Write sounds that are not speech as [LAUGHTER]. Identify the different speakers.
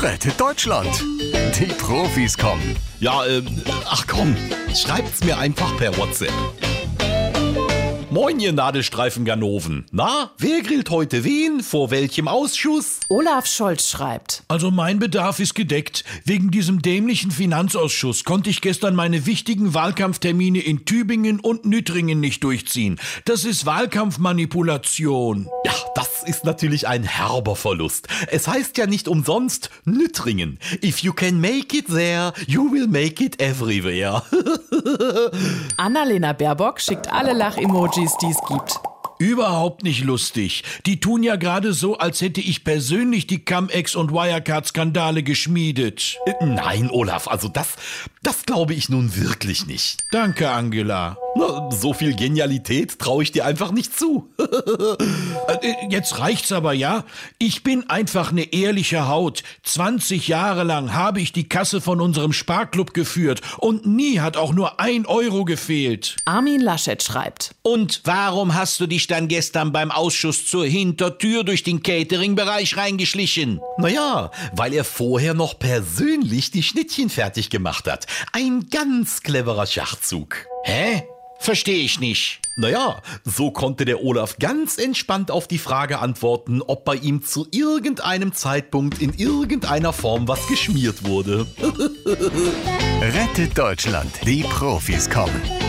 Speaker 1: rettet Deutschland. Die Profis kommen.
Speaker 2: Ja, ähm, ach komm, schreibt's mir einfach per WhatsApp. Moin, ihr Nadelstreifen Ganoven. Na, wer grillt heute wen? Vor welchem Ausschuss?
Speaker 3: Olaf Scholz schreibt.
Speaker 4: Also mein Bedarf ist gedeckt. Wegen diesem dämlichen Finanzausschuss konnte ich gestern meine wichtigen Wahlkampftermine in Tübingen und Nüttringen nicht durchziehen. Das ist Wahlkampfmanipulation.
Speaker 2: Ja, das ist natürlich ein herber Verlust. Es heißt ja nicht umsonst Nüttringen. If you can make it there, you will make it everywhere.
Speaker 3: Annalena Baerbock schickt alle Lach-Emojis, die es gibt.
Speaker 4: Überhaupt nicht lustig. Die tun ja gerade so, als hätte ich persönlich die Cum-Ex und Wirecard-Skandale geschmiedet.
Speaker 2: Äh, Nein, Olaf, also das, das glaube ich nun wirklich nicht.
Speaker 4: Danke, Angela.
Speaker 2: Na, so viel Genialität traue ich dir einfach nicht zu. [LAUGHS]
Speaker 4: Äh, Jetzt reicht's aber, ja? Ich bin einfach eine ehrliche Haut. 20 Jahre lang habe ich die Kasse von unserem Sparklub geführt und nie hat auch nur ein Euro gefehlt.
Speaker 3: Armin Laschet schreibt.
Speaker 4: Und warum hast du dich dann gestern beim Ausschuss zur Hintertür durch den Cateringbereich reingeschlichen?
Speaker 2: Naja, weil er vorher noch persönlich die Schnittchen fertig gemacht hat. Ein ganz cleverer Schachzug.
Speaker 4: Hä? Verstehe ich nicht.
Speaker 2: Naja, so konnte der Olaf ganz entspannt auf die Frage antworten, ob bei ihm zu irgendeinem Zeitpunkt in irgendeiner Form was geschmiert wurde.
Speaker 1: Rettet Deutschland. Die Profis kommen.